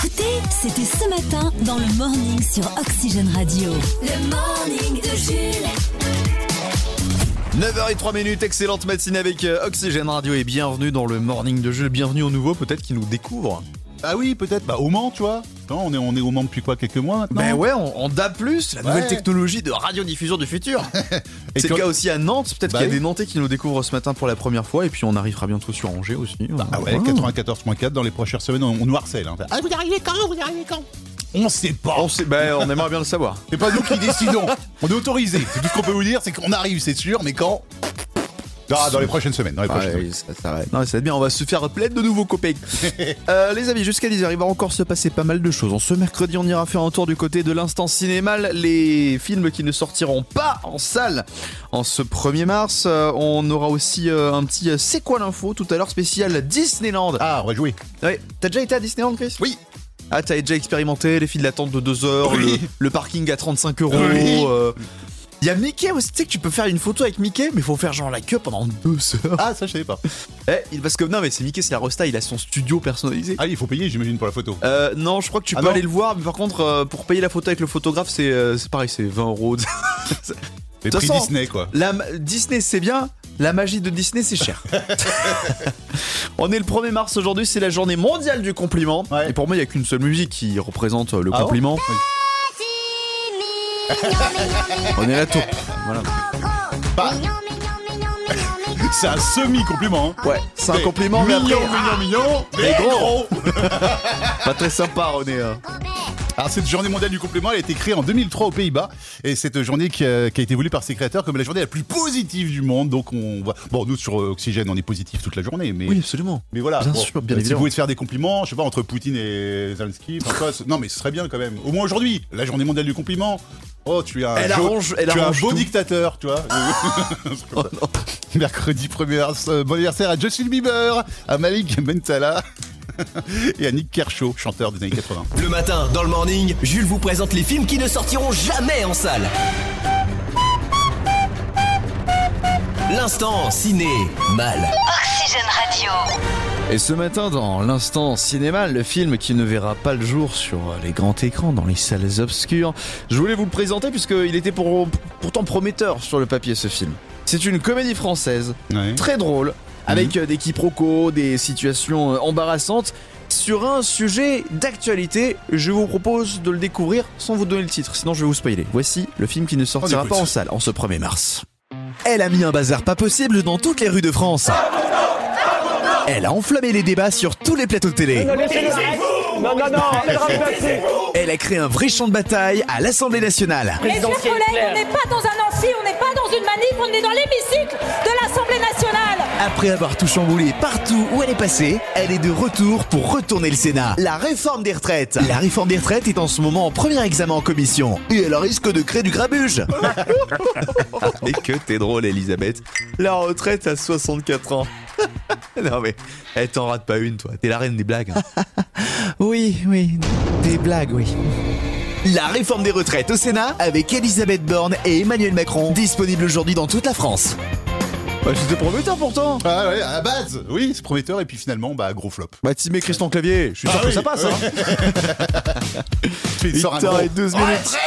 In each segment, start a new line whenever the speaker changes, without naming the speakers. C'était ce matin dans le morning sur Oxygène Radio. Le morning de Jules.
9h03 minutes, excellente matinée avec euh, Oxygène Radio et bienvenue dans le morning de jeu. Bienvenue au nouveau, peut-être qui nous découvre.
Ah oui, peut-être, bah au Mans, tu vois. Non, on est, on est au Mans depuis quoi, quelques mois maintenant
Ben ouais, on, on DAB+, la nouvelle technologie de radiodiffusion du futur.
Et
C'est le
quand-
cas aussi à Nantes, peut-être
Bah
qu'il y a
oui.
des Nantais qui nous découvrent ce matin pour la première fois et puis on arrivera bientôt sur Angers aussi. hein.
Ah ouais, 94.4 dans les prochaines semaines, on, on nous harcèle. hein. Ah, vous y arrivez quand Vous y arrivez quand On sait pas.
On, sait- ben, on aimerait bien le savoir.
C'est pas nous qui décidons. On est autorisé. C'est tout ce qu'on peut vous dire, c'est qu'on arrive, c'est sûr, mais quand Ah, dans les prochaines semaines, dans les prochaines semaines.
ça, va. Non, mais ça va être bien, on va se faire plein de nouveaux copains. Euh, les amis, jusqu'à 10h, il va encore se passer pas mal de choses. En ce mercredi, on ira faire un tour du côté de l'instant cinémal, les films qui ne sortiront pas en salle en ce 1er mars. Euh, on aura aussi euh, un petit euh, C'est quoi l'info tout à l'heure spécial Disneyland. Ah,
Ah, on va jouer.
ouais. T'as déjà été à Disneyland, Chris
Oui.
Ah, t'as déjà expérimenté les files d'attente de 2 heures,
Oui.
le, le parking à 35 euros.
Oui.
euh, Il y a Mickey aussi, tu sais que tu peux faire une photo avec Mickey, mais faut faire genre la queue pendant 2 heures.
Ah, ça, je savais pas.
Eh, il- parce que non, mais c'est Mickey, c'est la Rosta, il a son studio personnalisé.
Ah, il faut payer, j'imagine, pour la photo.
Euh, non, je crois que tu
Ah
peux
non
aller le voir, mais par contre, euh, pour payer la photo avec le photographe, c'est euh, c'est pareil, c'est 20 euros. de
Les
toute
prix
façon-
Disney, quoi.
La ma- Disney, c'est bien, la magie de Disney, c'est cher. On est le 1er mars aujourd'hui, c'est la journée mondiale du compliment.
Ouais.
Et pour moi, il n'y a qu'une seule musique qui représente euh, le
Ah bon
compliment. On est là tout. Voilà.
Pas- C'est un semi-compliment. Hein.
Ouais, c'est un compliment, mais
mignon,
après,
mignon, mignon,
mais
mais
gros.
gros.
pas très sympa, on est. euh,
Alors cette journée mondiale du compliment, elle a été créée en 2003 aux Pays-Bas et cette journée qui a, qui a été voulue par ses créateurs comme la journée la plus positive du monde. Donc on va bon nous sur euh, Oxygène on est positif toute la journée, mais
Oui, absolument.
mais voilà.
Bien
bon, euh,
sûr, bien
si
évidemment.
vous voulez te faire des compliments, je sais pas entre Poutine et Zelensky, enfin, quoi, c'est- non mais ce serait bien quand même. Au moins aujourd'hui, la journée mondiale du compliment. Oh tu as
Elle
un, jo-
arrange- elle
tu as un
arrange
beau
tout.
dictateur, tu vois.
Oh non.
Mercredi 1er mars, euh, bon anniversaire à Justin Bieber, à Malik Bentala et à Nick Kershaw, chanteur des années 80.
Le matin, dans le morning, Jules vous présente les films qui ne sortiront jamais en salle. L'instant ciné mal.
Et ce matin, dans l'instant cinéma, le film qui ne verra pas le jour sur les grands écrans, dans les salles obscures, je voulais vous le présenter puisqu'il était pour- pourtant prometteur sur le papier ce film. C'est une comédie française,
Ouais. Mhm.
très drôle, avec euh, des quiproquos, des situations euh, embarrassantes, sur un sujet d'actualité. Je vous propose de le découvrir sans vous donner le titre, sinon je vais vous spoiler. Voici le film qui ne sortira
écoute.
pas en salle en ce 1er mars. Elle a mis un bazar pas possible dans toutes les rues de France. Elle a enflammé les débats sur tous les plateaux de télé.
Non, non, non,
Elle a créé un vrai champ de bataille à l'Assemblée nationale.
Mes chers collègues, on n'est pas dans un amphi, on n'est pas dans une manif, on est dans l'hémicycle de l'Assemblée nationale.
Après avoir tout chamboulé partout où elle est passée, elle est de retour pour retourner le Sénat. La réforme des retraites. La réforme des retraites est en ce moment en premier examen en commission. Et elle risque de créer du grabuge. Et que t'es drôle, Elisabeth. La retraite à 64 ans. non mais, elle t'en rate pas une, toi. T'es la reine des blagues. hein. oui, oui. Des blagues, oui. La réforme des retraites au Sénat avec Elisabeth Borne et Emmanuel Macron. Disponible aujourd'hui dans toute la France. Bah, C'était prometteur pourtant.
Ah ouais, à la base, oui, c'est prometteur et puis finalement, bah gros flop.
Bah Tim et Christian Clavier, je suis sûr
Ah
que
oui,
ça passe.
oui.
Hein.
Il sort un gros.
12 minutes.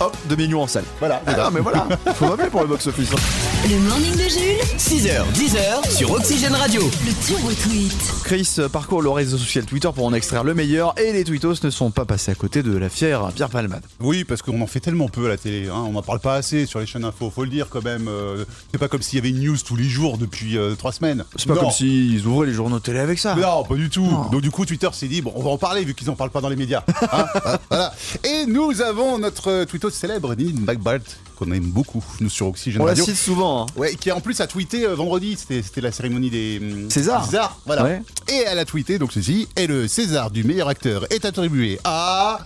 Hop, 2 millions en salle.
Voilà.
Ah non mais voilà, faut m'appeler pour le box-office. hein.
Le morning de Jules,
6h, 10h sur Oxygène Radio.
le tour au tweet.
Chris euh, parcourt le réseau social Twitter pour en extraire le meilleur et les tweetos ne sont pas passés à côté de la fière Pierre Palmade.
Oui, parce qu'on en fait tellement peu à la télé, hein, on n'en parle pas assez sur les chaînes info, faut le dire quand même. euh, c'est pas comme s'il y avait une news tous les jours depuis euh, trois semaines.
C'est pas
Non.
comme s'ils ouvraient les journaux télé avec ça.
Non, pas du tout. Donc du coup, Twitter s'est dit, bon, on va en parler vu qu'ils en parlent pas dans les médias. Hein, hein, voilà. Et nous avons notre euh, tweetos célèbre, Neil McBart, qu'on aime beaucoup, nous sur Oxygène
On la
Radio.
cite souvent. hein.
Ouais, qui en plus a tweeté euh, vendredi, c'était c'était la cérémonie des hum,
César.
César, voilà.
Ouais.
Et elle a tweeté donc ceci et le César du meilleur acteur est attribué à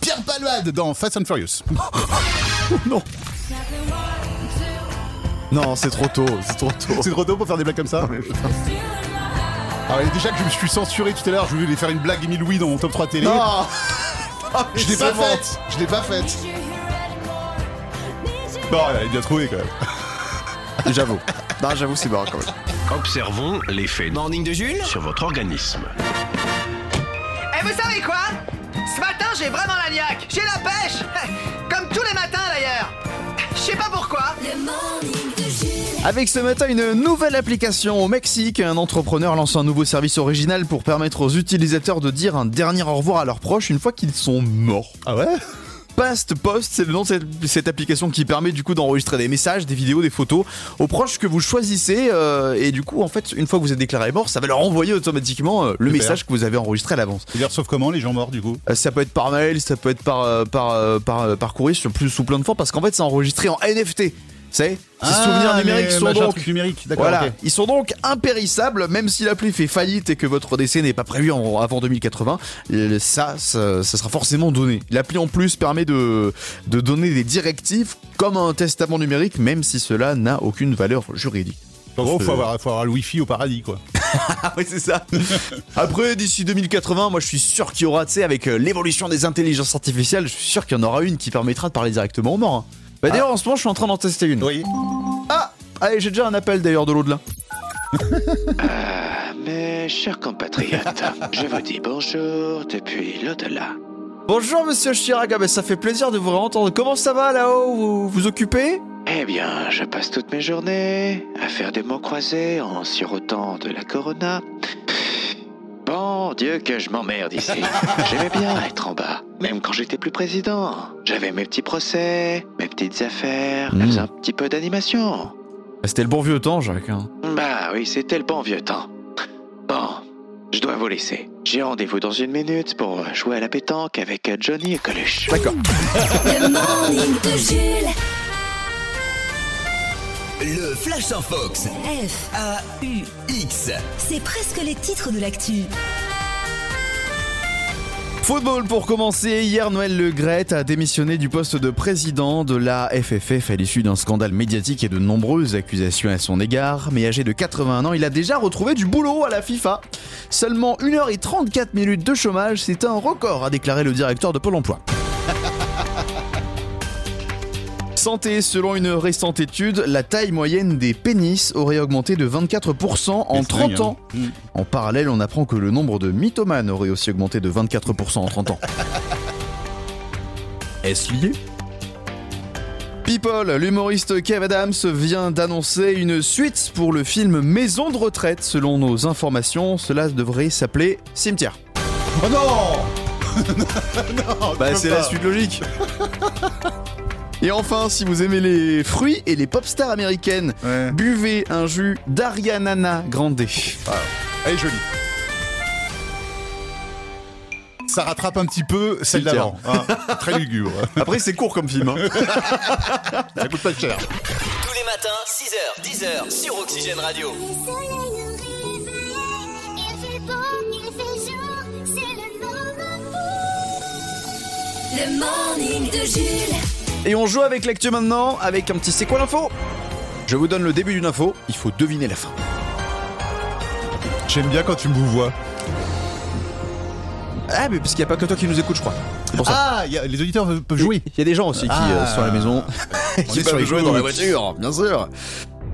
Pierre Palmade dans Fast and Furious.
Non, c'est trop tôt, c'est trop tôt.
C'est trop tôt pour faire des blagues comme ça. Alors, et déjà que je me suis censuré tout à l'heure, je voulais faire une blague Émile Louis dans mon top 3 télé.
Non
je l'ai pas
c'est bon.
faite. Je l'ai pas faite. Non, elle est bien trouvée quand même.
J'avoue. Non, j'avoue, c'est marrant quand même.
Observons l'effet
Morning de Jules
sur votre organisme.
Et Eh, vous savez quoi Ce matin, j'ai vraiment la niaque. J'ai la pêche. Comme tous les matins d'ailleurs. Je sais pas pourquoi.
Le morning de Jules.
Avec ce matin une nouvelle application au Mexique, un entrepreneur lance un nouveau service original pour permettre aux utilisateurs de dire un dernier au revoir à leurs proches une fois qu'ils sont morts.
Ah ouais
Past Post, c'est le nom de cette, cette application qui permet du coup d'enregistrer des messages, des vidéos, des photos aux proches que vous choisissez euh, et du coup en fait une fois que vous êtes déclaré mort, ça va leur envoyer automatiquement euh, le
Super.
message que vous avez enregistré à l'avance.
C'est-à-dire, sauf comment les gens morts du coup
Euh, Ça peut être par mail, ça peut être par euh, par euh, par, euh, par courrier sur plus sous plein de fois parce qu'en fait c'est enregistré en NFT. C'est
Ah,
ces souvenirs numériques sont donc
numériques, d'accord.
voilà,
ok.
ils sont donc impérissables, même si l'appli fait faillite et que votre décès n'est pas prévu en- avant 2080, euh, ça, ça, ça sera forcément donné. L'appli en plus permet de, de donner des directives comme un testament numérique, même si cela n'a aucune valeur juridique.
En gros, faut
Euh,
avoir, faut avoir le wifi au paradis, quoi.
Ah oui, c'est ça. Après, d'ici 2080, moi je suis sûr qu'il y aura, tu sais, avec euh, l'évolution des intelligences artificielles, je suis sûr qu'il y en aura une qui permettra de parler directement aux morts. hein. Bah d'ailleurs, en ce moment, je suis en train d'en tester une.
Oui.
Ah Allez, j'ai déjà un appel d'ailleurs de l'au-delà.
Ah, Mes chers compatriotes, je vous dis bonjour depuis l'au-delà.
Bonjour Monsieur Chirac, Ah ben, ça fait plaisir de vous entendre. Comment ça va là-haut Vous vous occupez
Eh bien, je passe toutes mes journées à faire des mots croisés en sirotant de la corona. Bon Dieu que je m'emmerde ici. J'aimais bien être en bas, même quand j'étais plus président. J'avais mes petits procès, mes petites
Hmm.
affaires,
Mm.
je faisais un petit peu d'animation.
C'était le bon vieux temps, Jacques. hein.
Bah oui, c'était le bon vieux temps. Bon, je dois vous laisser. J'ai rendez-vous dans une minute pour jouer à la pétanque avec Johnny et Coluche.
D'accord.
Le morning de Jules.
Le Flash en Fox.
F,
A-U-X.
c'est presque les titres de l'actu.
Football pour commencer. Hier, Noël Le Gret a démissionné du poste de président de la FFF à l'issue d'un scandale médiatique et de nombreuses accusations à son égard. Mais âgé de 81 ans, il a déjà retrouvé du boulot à la FIFA. Seulement 1h34 minutes de chômage, c'est un record, a déclaré le directeur de Pôle emploi. Santé, selon une récente étude, la taille moyenne des pénis aurait augmenté de 24% en
Mais c'est
30
dingue,
ans.
hein. Mm.
En parallèle, on apprend que le nombre de mythomanes aurait aussi augmenté de 24% en 30 ans. Est-ce lié People, l'humoriste Kev Adams vient d'annoncer une suite pour le film Maison de retraite. Selon nos informations, cela devrait s'appeler Cimetière.
Oh non Non, tu
Bah
peux
c'est la
pas.
suite logique. Et enfin, si vous aimez les fruits et les pop stars américaines,
Ouais.
buvez un jus d'Ariana Grande.
Elle est jolie. Ça rattrape un petit peu celle
Cimetière.
d'avant. hein. Très lugubre.
Après, c'est court comme film. hein.
Ça coûte pas cher.
Tous les matins, 6h, 10h sur Oxygène Radio.
Le soleil au réveil, il fait beau, il fait jour, c'est le moment
Le morning de Jules.
Et on joue avec l'actu maintenant, avec un petit c'est quoi l'info Je vous donne le début d'une info, il faut deviner la fin.
J'aime bien quand tu me vois.
Ah, mais parce qu'il n'y a pas que toi qui nous écoute, je crois. C'est pour ça.
Ah, il y a- les auditeurs peuvent jouer.
Il y a des gens aussi qui
Ah.
euh, sont à la maison,
On
qui
est sur
peuvent
les
jouer dans la
routes.
voiture, bien sûr.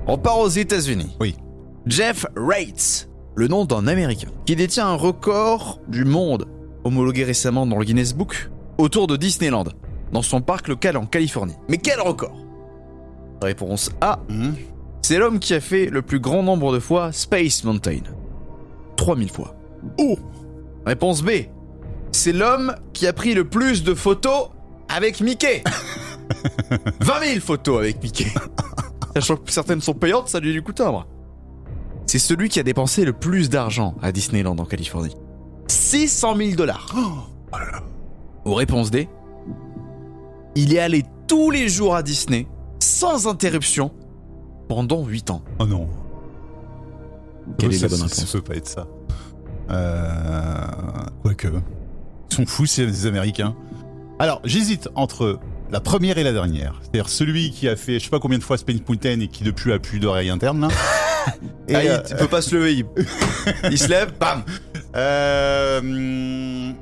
On part aux États-Unis.
Oui.
Jeff Rates, le nom d'un Américain, qui détient un record du monde, homologué récemment dans le Guinness Book, autour de Disneyland, dans son parc local en Californie. Mais quel record Réponse A,
Mhm.
c'est l'homme qui a fait le plus grand nombre de fois Space Mountain. 3000 fois. Oh Réponse B, c'est l'homme qui a pris le plus de photos avec Mickey. 20 000 photos avec Mickey. Sachant que certaines sont payantes, ça lui du coup un bras. C'est celui qui a dépensé le plus d'argent à Disneyland en Californie. 600 000 dollars. Oh, Aux réponses D, il est allé tous les jours à Disney, sans interruption, pendant 8 ans.
Oh non.
Quelle est
Ça-
la bonne
ça-
réponse
Ça peut pas être ça. Euh... Quoique. Ils sont fous, ces ces Américains. Alors, j'hésite entre la première et la dernière. C'est-à-dire celui qui a fait je sais pas combien de fois Spain Mountain et qui depuis a plus d'oreille interne. Là. et
Ah,
euh,
il peut pas se lever, il, il se lève, bam
euh, hum,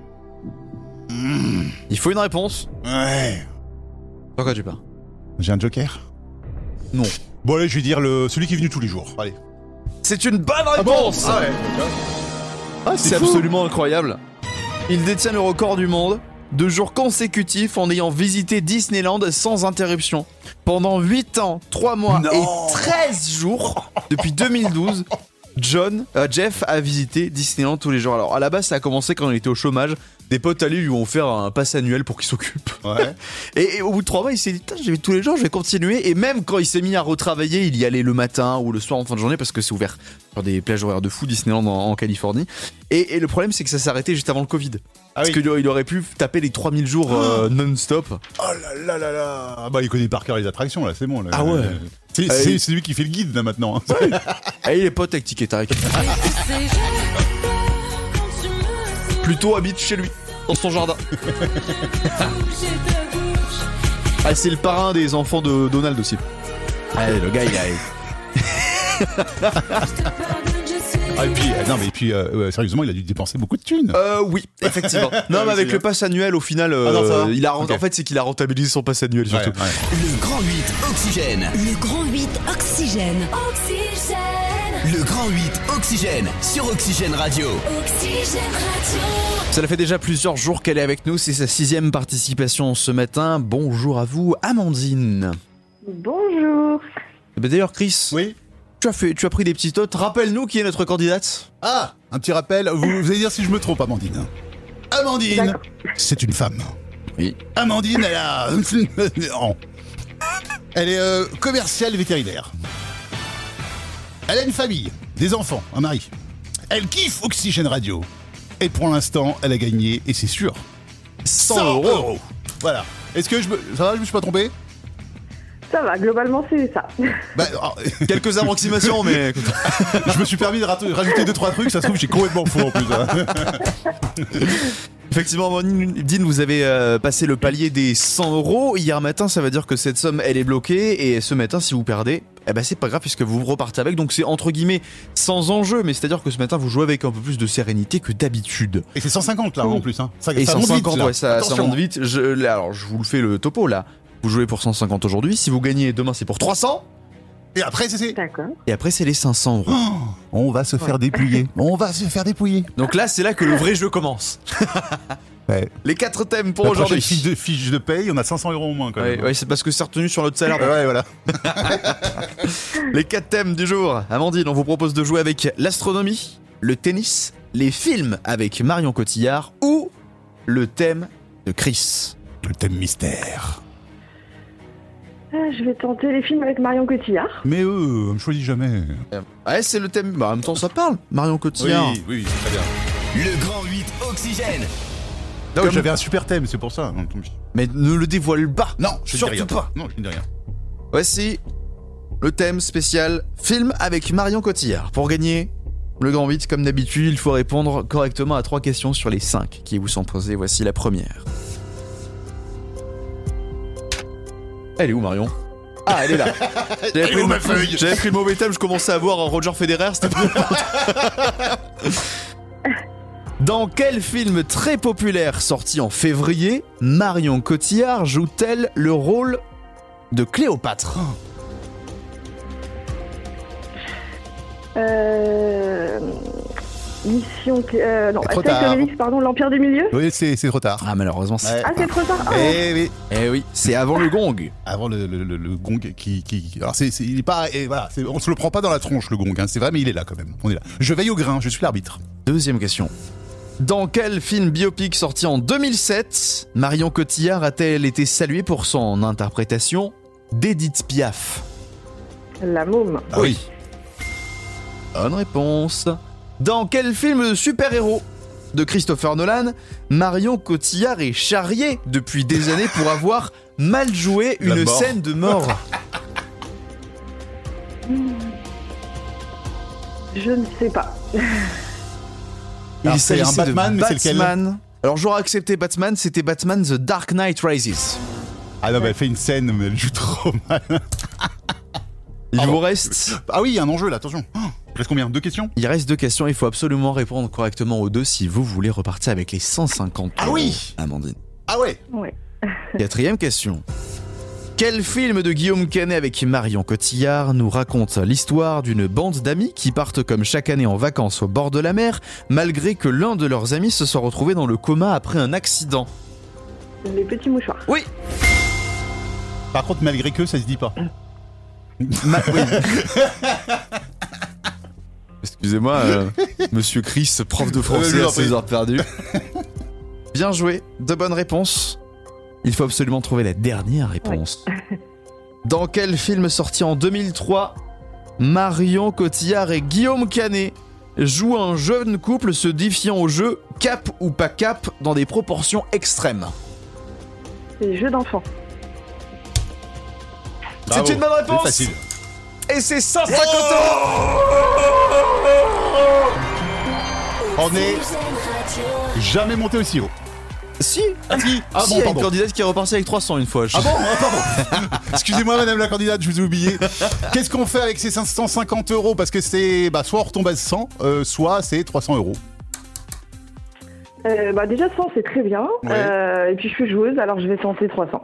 Il faut une réponse.
ouais.
Pourquoi tu parles
J'ai un joker
Non.
Bon, allez, je vais dire le... celui qui est venu tous les jours. Allez.
C'est une bonne
Ah bon
réponse
Ah ouais,
Ah, C'est
C'est fou.
absolument incroyable. Il détient le record du monde de jours consécutifs en ayant visité Disneyland sans interruption. Pendant 8 ans, 3 mois et 13 jours, depuis 2012, John, euh, Jeff a visité Disneyland tous les jours. Alors à la base, ça a commencé quand il était au chômage. Des potes à lui lui ont offert un pass annuel pour qu'il s'occupe. et, et au bout de 3 mois, il s'est dit Putain, j'y vais tous les jours, je vais continuer. Et même quand il s'est mis à retravailler, il y allait le matin ou le soir en fin de journée parce que c'est ouvert sur des plages horaires de fou Disneyland en, en Californie. Et, et le problème, c'est que ça s'est arrêté juste avant le Covid. parce qu'il aurait- il aurait pu taper les 3000 jours euh, non-stop.
Oh là là là là Ah bah il connaît par cœur les attractions là, c'est bon là.
Ah ouais.
Euh, C'est
Ah,
c'est-
il-
c'est lui qui fait le guide là maintenant. hein.
Et il est pote avec Tic et Tac. Plutôt habite chez lui, dans son jardin. ah, c'est le parrain des enfants de Donald aussi. Allez, le gars, il
Ah, et puis, euh, non mais et puis euh, ouais, sérieusement il a dû dépenser beaucoup de thunes.
Euh oui, effectivement. Non, mais avec le pass annuel, au final, euh,
Ah non, ça va.
il a, rent-
Ok.
en fait, c'est qu'il a rentabilisé son pass annuel surtout.
Le Grand 8 Oxygène.
Le grand 8 oxygène. Oxygène.
Le Grand 8 Oxygène sur Oxygène Radio.
Oxygène Radio.
Cela fait déjà plusieurs jours qu'elle est avec nous. C'est sa sixième participation ce matin. Bonjour à vous, Amandine.
Bonjour.
Bah, D'ailleurs, Chris. Oui. Tu as, fait, tu as pris des petites notes. Rappelle-nous qui est notre candidate.
Ah, un petit rappel. Vous, vous allez dire si je me trompe, Amandine. Amandine, c'est une femme.
Oui.
Amandine, elle a. Non. Elle est euh, commerciale vétérinaire. Elle a une famille, des enfants, un mari. Elle kiffe Oxygène Radio. Et pour l'instant, elle a gagné, et c'est sûr. 100, euros. Voilà. Est-ce que je me... ça va, je me suis pas trompé Bah,
Ça va, globalement, c'est ça.
Quelques approximations, mais.
oh, je me suis permis de rat- rajouter deux trois trucs. Ça se trouve, j'ai complètement faux en plus. hein.
Effectivement, Amandine, vous avez euh, passé le palier des 100 euros. Hier matin, ça veut dire que cette somme, elle est bloquée. Et ce matin, si vous perdez, eh ben, c'est pas grave puisque vous repartez avec. Donc c'est entre guillemets sans enjeu. Mais c'est-à-dire que ce matin, vous jouez avec un peu plus de sérénité que d'habitude.
Et c'est 150 là en plus. Hein. Ça,
Et
ça monte
150,
vite, là.
ouais, ça, ça
Attention.
monte vite. Je, là, alors, je vous le fais le topo là. Vous jouez pour 150 aujourd'hui. Si vous gagnez demain, c'est pour 300.
Et après, c'est. D'accord.
Et après, c'est les 500 euros.
Oh. on va se
Ouais.
faire dépouiller. On va se faire dépouiller.
Donc là, c'est là que le vrai jeu commence. Les quatre thèmes pour
La
aujourd'hui.
prochaine Fiche de, fiche de paye, on a 500 euros au moins quand
Ouais,
même. hein.
ouais, c'est parce que c'est retenu sur notre salaire. donc.
Ouais, voilà.
Les quatre thèmes du jour. Amandine, on vous propose de jouer avec l'astronomie, le tennis, les films avec Marion Cotillard ou le thème de Chris.
Le thème mystère.
Ah, Je vais tenter les films avec Marion Cotillard.
Mais eux, on me choisit jamais.
Euh, Ouais, c'est le thème. Bah, en même temps, ça parle. Marion Cotillard.
Oui, oui, c'est très bien.
Le Grand 8 Oxygène.
Non,
Comme-
Ah j'avais un super thème, c'est pour ça.
Mais ne le dévoile pas.
Non, je
Surtout
ne dis rien.
pas.
Non, je ne dis rien.
Voici le thème spécial film avec Marion Cotillard. Pour gagner le grand 8, comme d'habitude, il faut répondre correctement à trois questions sur les cinq qui vous sont posées. Voici la première. Elle est où Marion Ah, elle est là.
Elle est où,
le-
ma feuille
J'avais pris le mauvais thème, je commençais à voir Roger Federer, c'était pas Dans quel film très populaire sorti en février, Marion Cotillard joue-t-elle le rôle de Cléopâtre
Euh... Mission. Clé- Euh, non,
Trop
Astérix et
tard.
Obélix, pardon, L'Empire des Milieux.
Oui, c'est c'est trop tard.
Ah, malheureusement, c'est.
Ah, c'est trop tard. Ah,
Eh oui. Eh oui, c'est avant le gong.
Avant le, le- le- le gong qui. qui- Alors, c'est, c'est- il est pas. Et voilà, c'est- on se le prend pas dans la tronche, le gong. hein, c'est vrai, mais il est là quand même. On est là. Je veille au grain, je suis l'arbitre.
Deuxième question. Dans quel film biopic sorti en 2007, Marion Cotillard a-t-elle été saluée pour son interprétation d'Edith Piaf
La môme.
Ah
oui. Bonne réponse. Dans quel film de super-héros de Christopher Nolan, Marion Cotillard est charriée depuis des années pour avoir mal joué
La
une
mort.
scène de mort
Je ne sais pas.
Alors, c'est un
s'agissait de
Batman, mais c'est lequel
Batman. Alors j'aurais accepté Batman, c'était Batman The Dark Knight Rises.
Ah non, mais elle fait une scène, mais elle joue trop mal.
Il vous reste.
Ah oui, il y a un enjeu là, attention. Oh, il reste combien Deux questions
Il reste deux questions, il faut absolument répondre correctement aux deux si vous voulez repartir avec les 150 euros. Ah oui Amandine.
Ah ouais
Ouais.
Quatrième question. Quel film de Guillaume Canet avec Marion Cotillard nous raconte l'histoire d'une bande d'amis qui partent comme chaque année en vacances au bord de la mer, malgré que l'un de leurs amis se soit retrouvé dans le coma après un accident
Les petits mouchoirs.
Oui
Par contre, malgré que, ça se dit pas.
Ma- oui. Excusez-moi, euh, monsieur Chris, prof de
Euh,
français
lui,
à
après.
ses heures perdues. Bien joué, de bonnes réponses. Il faut absolument trouver la dernière réponse. Dans quel film sorti en 2003, Marion Cotillard et Guillaume Canet jouent un jeune couple se défiant au jeu cap ou pas cap dans des proportions extrêmes
Les jeux d'enfants.
C'est une bonne réponse
C'est facile.
Et c'est 150 euros
On est jamais monté aussi haut.
Si
Ah, si. Ah
Si,
bon,
il y a une
pardon.
candidate qui est repartie avec 300 une fois. je-
Ah bon Ah, pardon. Excusez-moi, madame la candidate, je vous ai oublié. Qu'est-ce qu'on fait avec ces 550 euros Parce que c'est. Bah, soit on retombe à 100, euh, soit c'est 300 euros.
Euh, bah déjà 100 c'est très bien.
Ouais.
Euh, et puis je suis joueuse alors je vais tenter 300.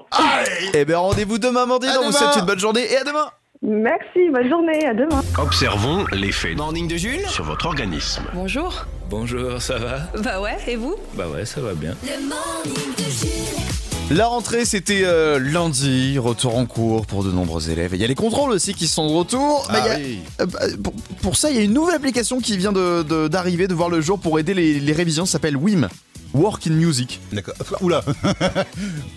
Eh bien, rendez-vous demain, Mandine.
À
On vous
demain.
souhaite une bonne journée et à demain.
Merci, bonne journée, à demain.
Observons l'effet Morning de Jules sur votre organisme.
Bonjour.
Bonjour, ça va
Bah ouais, et vous
Bah ouais, ça va bien.
Le morning de Jules.
La rentrée, c'était euh, lundi, retour en cours pour de nombreux élèves. Et Il y a les contrôles aussi qui sont de retour.
Ah
il y a-
oui.
euh, bah, pour, pour ça, il y a une nouvelle application qui vient de- de- d'arriver, de, voir le jour pour aider les, les révisions. Ça s'appelle WIM, Work in Music.
D'accord. Oula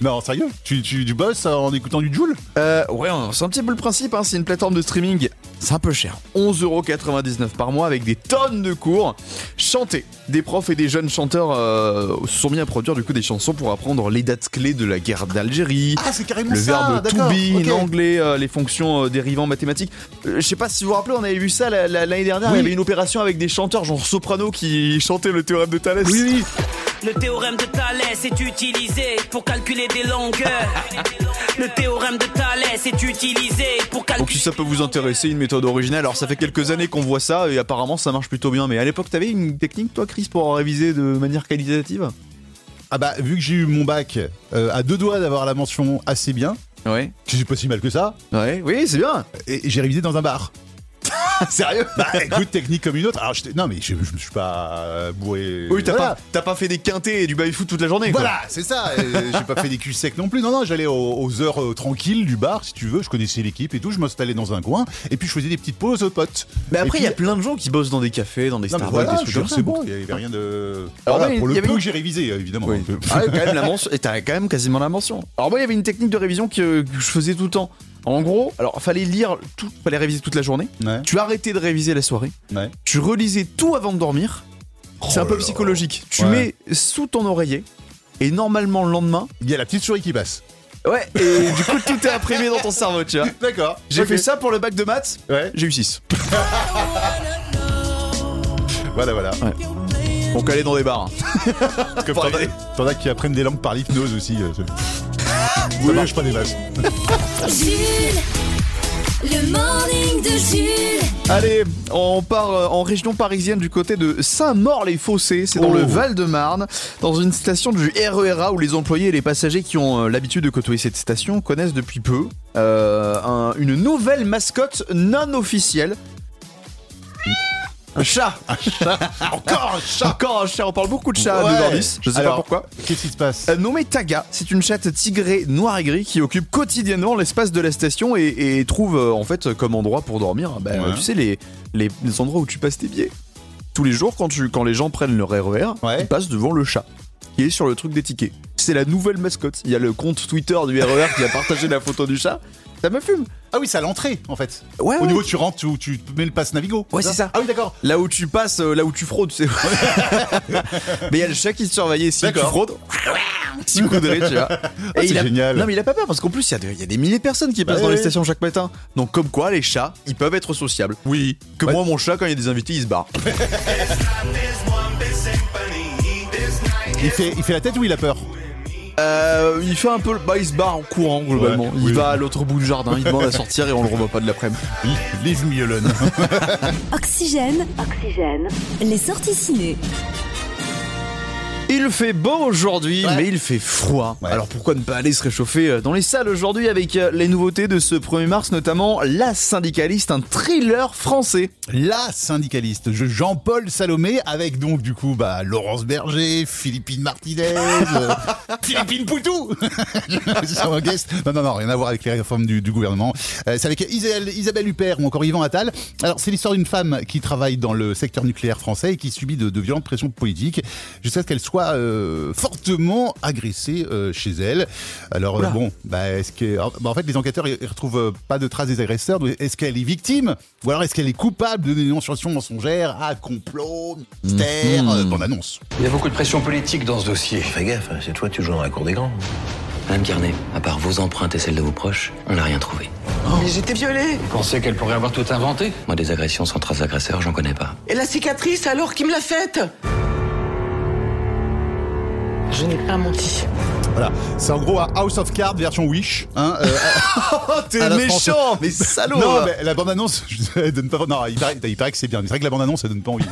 Non, sérieux tu, tu, tu bosses en écoutant du Joule
Euh, ouais, c'est un petit peu le principe, hein, c'est une plateforme de streaming. C'est un peu cher. 11,99€ par mois avec des tonnes de cours chantés. Des profs et des jeunes chanteurs euh, se sont mis à produire du coup des chansons pour apprendre les dates clés de la guerre d'Algérie.
Ah, c'est carrément
Le
ça,
verbe to
d'accord,
be
ok.
en anglais, euh, les fonctions euh, dérivant mathématiques. Euh, Je sais pas si vous vous rappelez, on avait vu ça la- la- l'année dernière.
Oui.
Il y avait une opération avec des chanteurs genre soprano qui chantaient le théorème de Thalès.
Oui, Le théorème de Thalès est utilisé pour calculer des longueurs. Le théorème de Thalès est utilisé pour calculer.
Donc si ça peut vous intéresser, une méthode originale. Alors ça fait quelques années qu'on voit ça et apparemment ça marche plutôt bien. Mais à l'époque, t'avais une technique toi, Chris, pour réviser de manière qualitative
Ah bah, vu que j'ai eu mon bac euh, à deux doigts d'avoir la mention assez bien,
Ouais.
que j'ai pas si mal que ça.
Ouais, oui, c'est bien.
Et et j'ai révisé dans un bar.
Sérieux
Bah, écoute, technique comme une autre. Alors, j'étais- non, mais je, je me suis pas euh, bourré.
Oui, t'as
Voilà.
pas, t'as pas fait des quintés et du baby-foot toute la journée. quoi.
Voilà, c'est ça. Euh, J'ai pas fait des culs secs non plus. Non, non, j'allais aux, aux heures euh, tranquilles du bar, si tu veux. Je connaissais l'équipe et tout. Je m'installais dans un coin et puis je faisais des petites pauses aux potes.
Mais après,
Et
il y a
puis-
plein de gens qui bossent dans des cafés, dans des
Non, mais
Starbucks,
voilà,
des
je
trucs
jure,
comme ça.
c'est bon. Il y avait rien de.
Alors,
Voilà,
ouais,
pour
il y
le
avait
peu
une-
que j'ai révisé, évidemment. Donc, euh,
Ah ouais, quand même la mention. Et t'as quand même quasiment la mention. Alors moi, il y avait une technique de révision que, que je faisais tout le temps. En gros, alors fallait lire tout, fallait réviser toute la journée. Tu arrêtais de réviser la soirée.
Ouais.
Tu relisais tout avant de dormir. C'est un peu psychologique. Tu
Ouais.
mets sous ton oreiller et normalement le lendemain,
il y a la petite souris qui passe.
Ouais, et du coup tout est imprimé dans ton cerveau, tu vois.
D'accord.
J'ai
Ok.
fait ça pour le bac de maths.
Ouais.
J'ai eu 6.
Voilà, voilà.
On calait dans des bars. hein.
Parce que t'en as- t'en as qui apprennent des langues par l'hypnose aussi. euh, c'est-
Ah,
Ça marche pas des masses.
Jules. Le morning de Jules.
Allez, on part euh, en région parisienne du côté de Saint-Maur-les-Fossés, c'est dans
Oh.
le Val-de-Marne, dans une station du RERA où les employés et les passagers qui ont euh, l'habitude de côtoyer cette station connaissent depuis peu euh, un- une nouvelle mascotte non officielle. Un chat
Encore un chat
Encore un chat, on parle beaucoup de chats
Ouais.
à 2h10, je sais
Alors,
pas pourquoi.
Qu'est-ce qui se passe
Euh, nommée Taga, c'est une chatte tigrée noire et gris qui occupe quotidiennement l'espace de la station et, et trouve euh, en fait euh, comme endroit pour dormir, ben,
Ouais.
tu sais, les, les, les endroits où tu passes tes pieds. Tous les jours, quand, tu, quand les gens prennent leur RER, ils passent devant le chat qui est sur le truc des tickets. C'est la nouvelle mascotte. Il y a le compte Twitter du RER qui a partagé la photo du chat. Ça me fume.
Ah oui, c'est à l'entrée en fait.
Ouais,
Au
ouais.
niveau, tu rentres, tu, tu mets le passe Navigo.
Ouais, c'est ça.
Ah oui, d'accord.
Là où tu passes, euh, là où tu fraudes, c'est Mais il y a le chat qui se surveillait. Si tu
D'accord.
fraudes, petit coup de riz, tu vois.
Ah, c'est
il a-
génial.
Non, mais il a pas peur parce qu'en plus, il y a de- il y, a des milliers de personnes qui
Bah
passent dans
oui.
les stations chaque matin. Donc, comme quoi, les chats, ils peuvent être sociables. Oui. Que moi, mon chat, quand il y a des invités, il se barre.
Il fait, il fait la tête ou il a peur
Euh, il fait un peu. le- Bah, il se barre en courant, globalement.
Ouais,
il
oui.
va à l'autre bout du jardin, il demande à sortir et on le revoit pas de l'après-midi.
Leave me alone.
Oxygène. Oxygène. Les sorties ciné.
Il fait beau aujourd'hui, mais il fait froid. Alors pourquoi ne pas aller se réchauffer euh, dans les salles aujourd'hui avec euh, les nouveautés de ce 1er mars, notamment La Syndicaliste, un thriller français.
La syndicaliste, je- Jean-Paul Salomé, avec donc du coup bah, Laurence Berger, Philippine Martinez, euh, Philippine Poutou sur un guest. Non, non, non, rien à voir avec les réformes du, du gouvernement. Euh, c'est avec Isabelle, Isabelle Huppert ou encore Yvan Attal. Alors, c'est l'histoire d'une femme qui travaille dans le secteur nucléaire français et qui subit de, de violentes pressions politiques jusqu'à ce qu'elle soit euh, fortement agressée euh, chez elle. Alors, euh,
Oula.
bon, bah, est-ce que. alors, bah, en fait, les enquêteurs ils ils retrouvent euh, pas de traces des agresseurs. Donc, Est-ce qu'elle est victime Ou alors est-ce qu'elle est coupable de dénonciation mensongère à complot, mystère euh, Bonne annonce.
Il y a beaucoup de pression politique dans ce dossier. Fais gaffe, hein, c'est toi, tu joues dans la cour des grands. Madame Carnet, à part vos empreintes et celles de vos proches, on n'a rien trouvé.
Mais j'étais violée.
Vous pensez qu'elle pourrait avoir tout inventé Moi, des agressions sans trace d'agresseur, j'en connais pas.
Et la cicatrice, alors, qui me l'a faite Je n'ai pas menti.
Voilà, c'est en gros un House of Cards version Wish. Hein, euh, à-
T'es
à la
méchant,
française.
Ah, mais salaud,
Non,
hein.
mais la bande annonce, donne pas. Non, il paraît, il paraît que c'est bien. mais C'est vrai que la bande annonce, elle donne pas envie.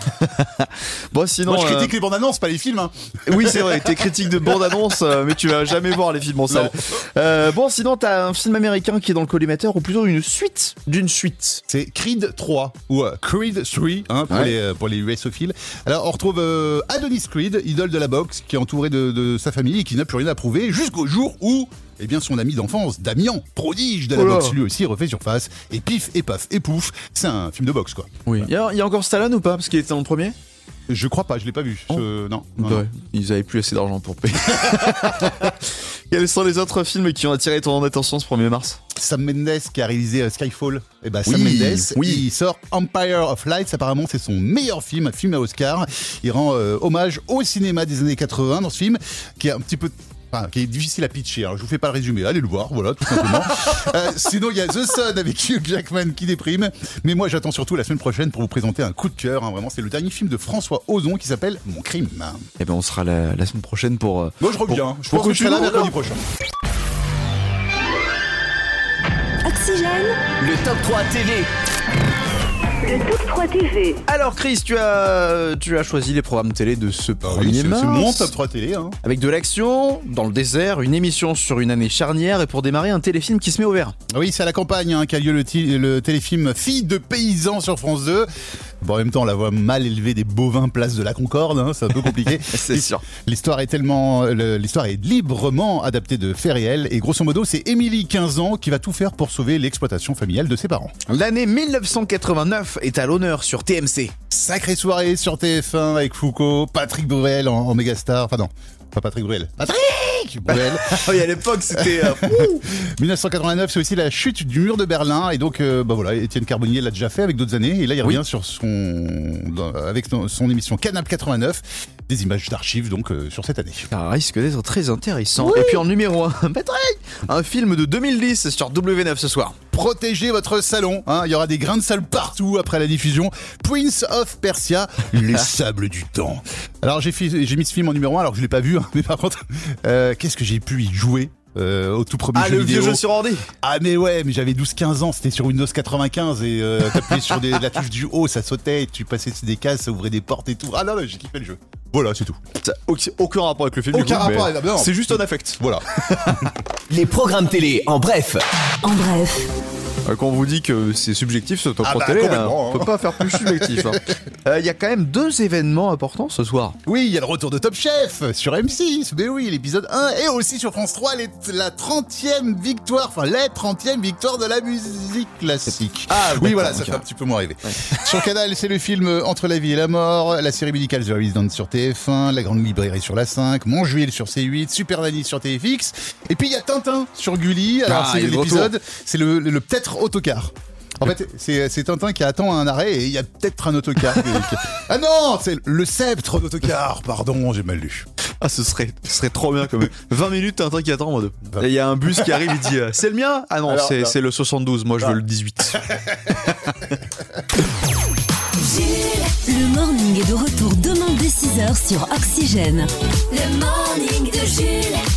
Bon, sinon.
Moi, je
euh,
critique les bandes annonces, pas les films. hein.
Oui, c'est vrai, t'es critique de bande-annonce, euh, mais tu vas jamais voir les films en salle. Euh, bon, sinon, t'as un film américain qui est dans le collimateur, ou plutôt une suite d'une suite.
C'est Creed 3, ou euh, Creed 3, hein, pour,
Ouais.
les, euh, pour les USophiles. Alors, on retrouve euh, Adonis Creed, idole de la boxe, qui est entouré de, de sa famille et qui n'a plus rien à prouver, jusqu'au jour où. Eh bien, son ami d'enfance, Damien, prodige de la
Oh là.
boxe, lui aussi refait surface. Et pif, et paf, et pouf, c'est un film de boxe, quoi.
Oui. Il y, a- y a encore Stallone ou pas Parce qu'il était dans le premier
Je crois pas, je l'ai pas vu. Je- non. non,
Bah
non.
ouais, ils avaient plus assez d'argent pour payer. Quels sont les autres films qui ont attiré ton attention ce 1er mars
Sam Mendes qui a réalisé euh, Skyfall. Et bah Sam
Oui,
Mendes,
oui.
il sort Empire of Lights. Apparemment, c'est son meilleur film, un film à Oscar. Il rend euh, hommage au cinéma des années 80 dans ce film, qui est un petit peu. enfin, qui est difficile à pitcher, hein. je vous fais pas le résumé, allez le voir, voilà, tout simplement. Euh, sinon, il y a The Sun avec Hugh Jackman qui déprime, mais moi j'attends surtout la semaine prochaine pour vous présenter un coup de cœur, hein. vraiment, c'est le dernier film de François Ozon qui s'appelle Mon crime.
Eh ben, on sera la, la semaine prochaine pour. euh,
Moi je
pour-
reviens, je
pour
pense que je serai là
continuer.
mercredi prochain.
Oxygène.
Le top 3 TV.
Le top 3 TV.
Alors Chris, tu as, tu as choisi les programmes télé de ce
Ah oui,
premier
c'est- c'est
mars.
mon top 3 télé, hein.
Avec de l'action, dans le désert, une émission sur une année charnière et pour démarrer un téléfilm qui se met au vert.
Oui, c'est à la campagne hein, qu'a lieu le, ti- le téléfilm Fille de paysan sur France 2. Bon, en même temps, on la voit mal élevée des bovins place de la Concorde, hein, c'est un peu compliqué.
c'est sûr.
L'histoire est tellement, le- l'histoire est librement adaptée de faits réels et grosso modo, c'est Émilie, 15 ans, qui va tout faire pour sauver l'exploitation familiale de ses parents.
L'année 1989 est à l'honneur sur TMC.
Sacrée soirée sur TF1 avec Foucault, Patrick Bruel en, en mégastar. Enfin non, pas Patrick Bruel. Patrick Bruel.
oui, à l'époque, c'était. euh,
1989, c'est aussi la chute du mur de Berlin. Et donc, euh, bah voilà, Étienne Carbonnier l'a déjà fait avec d'autres années. Et là, il revient sur son, dans- avec son- son émission Canal 89, des images d'archives donc euh, sur cette année.
Ça risque d'être très intéressant. Et puis en numéro 1, Patrick, un film de 2010 sur W9 ce soir.
Protégez votre salon, hein. il y aura des grains de sable partout après la diffusion. Prince of Persia, les sables du temps. Alors j'ai fi- j'ai mis ce film en numéro 1 alors que je l'ai pas vu, hein, mais par contre, euh, qu'est-ce que j'ai pu y jouer euh, au tout premier
Ah, le
jeu
vieux
vidéo
jeu sur ordi
Ah mais ouais, mais j'avais 12-15 ans, c'était sur Windows 95 et euh, t'appuyais sur des- la touche du haut, ça sautait, et tu passais des cases, ça ouvrait des portes et tout. Ah non, non, j'ai kiffé le jeu. Voilà, c'est tout.
aucun rapport avec le film.
du
Aucun
coup, mais
rapport avec- non.
c'est
juste un affect.
Voilà.
Les programmes télé, en bref.
En bref.
Euh, Quand on vous dit que c'est subjectif, ce top
Ah
3
bah,
télé, hein,
complètement,
on peut
hein.
pas faire plus subjectif. hein. Euh, Il y a quand même deux événements importants ce soir.
Oui, il y a le retour de Top Chef sur M6, mais oui, l'épisode 1 et aussi sur France 3, les- la 30e victoire, enfin les 30e victoire de la musique classique. Ah oui, voilà, ça fait un petit peu moins rêver. Sur Canal, c'est le film Entre la vie et la mort, la série médicale The Resident sur TF1, La Grande Librairie sur la 5, Mon Juil sur C8, Super Nanny sur TFX, et puis il y a Tintin sur Gulli. Alors
Ah,
c'est
il est de
l'épisode,
retour.
c'est le, le- le peut-être autocar. En fait, c'est c'est Tintin qui attend un arrêt et il y a peut-être un autocar. qui- qui- Ah non, c'est le sceptre d'autocar, pardon, j'ai mal lu.
Ah, ce serait, ce serait trop bien quand même. 20 minutes, t'as un truc qui attend, moi. deux. Et il y a un bus qui arrive, il dit euh, C'est le mien Ah non,
Alors,
c'est
non.
c'est le 72, moi je veux le 18.
Jules. Le morning est de retour demain dès 6h sur Oxygène. Le morning de Jules.